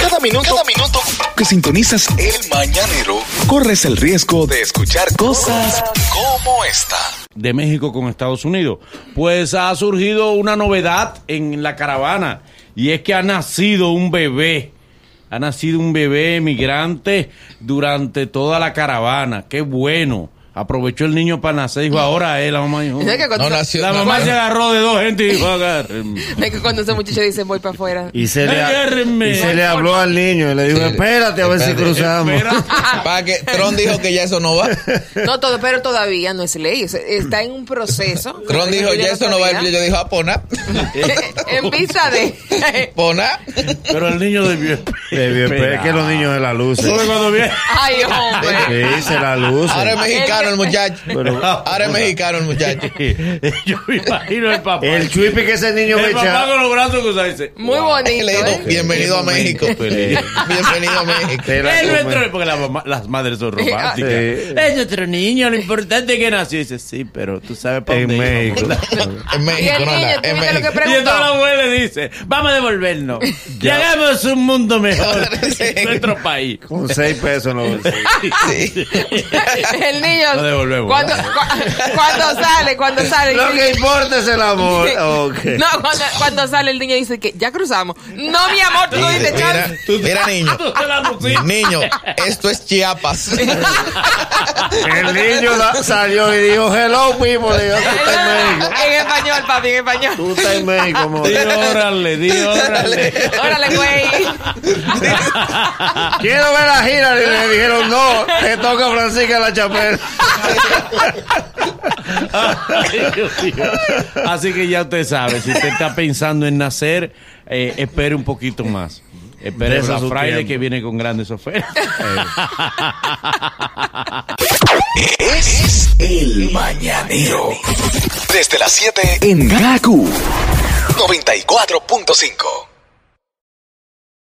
Cada minuto, cada minuto que sintonizas el mañanero, corres el riesgo de escuchar cosas como esta. de México con Estados Unidos. Pues ha surgido una novedad en la caravana y es que ha nacido un bebé. Ha nacido un bebé emigrante durante toda la caravana. Qué bueno. Aprovechó el niño para nacer. Dijo, ahora es la mamá. Dijo, Es que cuando, No nació. la mamá se agarró de dos gente y dijo, agárrenme. es que cuando ese muchacho dice voy para afuera. Y se, le, Agárrenme. y se le habló al niño y le dijo, Sí. espérate a ver si Espérate. cruzamos. Espera. Para que Tron dijo que ya eso no va. No todo, pero todavía no es ley. o sea, Está en un proceso. Tron dijo ya eso no va. Y yo dijo, ah, poná. en vista de. Poná. Pero el niño debió Debió esperar pues, que los niños de la luz. Solo cuando viene- Ay, hombre. Sí, se la luz. Ahora es mexicano el muchacho. Pero- Ahora es mexicano el muchacho. Yo me imagino el papá. El chuipi que ese niño El me papá echa, con los brazos cruzados dice, Muy Y bonito. le dijo, ¿eh? bienvenido a México. feliz. Bienvenido a México. te la Es come. nuestro, porque la mamá- las madres son románticas. Sí. Es nuestro niño, lo importante es que nació. Y dice, sí, pero tú sabes para en dónde iba, México. mamá". En Y México, el no niño, la. ¿tú En viste lo que México. Y entonces la preguntó? abuela dice, vamos a devolvernos. y hagamos un mundo mejor Sí. en nuestro país. Con seis pesos en los bolsillos. El niño. Lo devolvemos. Cuando, cua- cuando sale, cuando sale. Lo que importa es el amor. Ok. No, cuando, cuando sale el niño dice que ya cruzamos. No, mi amor, tú no Dice, diste Mira, chance. mira, niño. Tú se la luciste. Niño, esto es Chiapas. El niño la- salió y dijo, hello, people. Digo, tú estás en México. En español, papi, en español. Tú estás en México, amor. Di órale, di órale. Órale, güey. Quiero ver la gira. Y le dijeron, no, te toca Francisca la chapela. Ay, Dios mío. Así que ya usted sabe, si usted está pensando en nacer, eh, espere un poquito más. Espere Dese Black su Friday tiempo. que viene con grandes ofertas. Es el mañanero. Desde las 7 en GACU 94.5.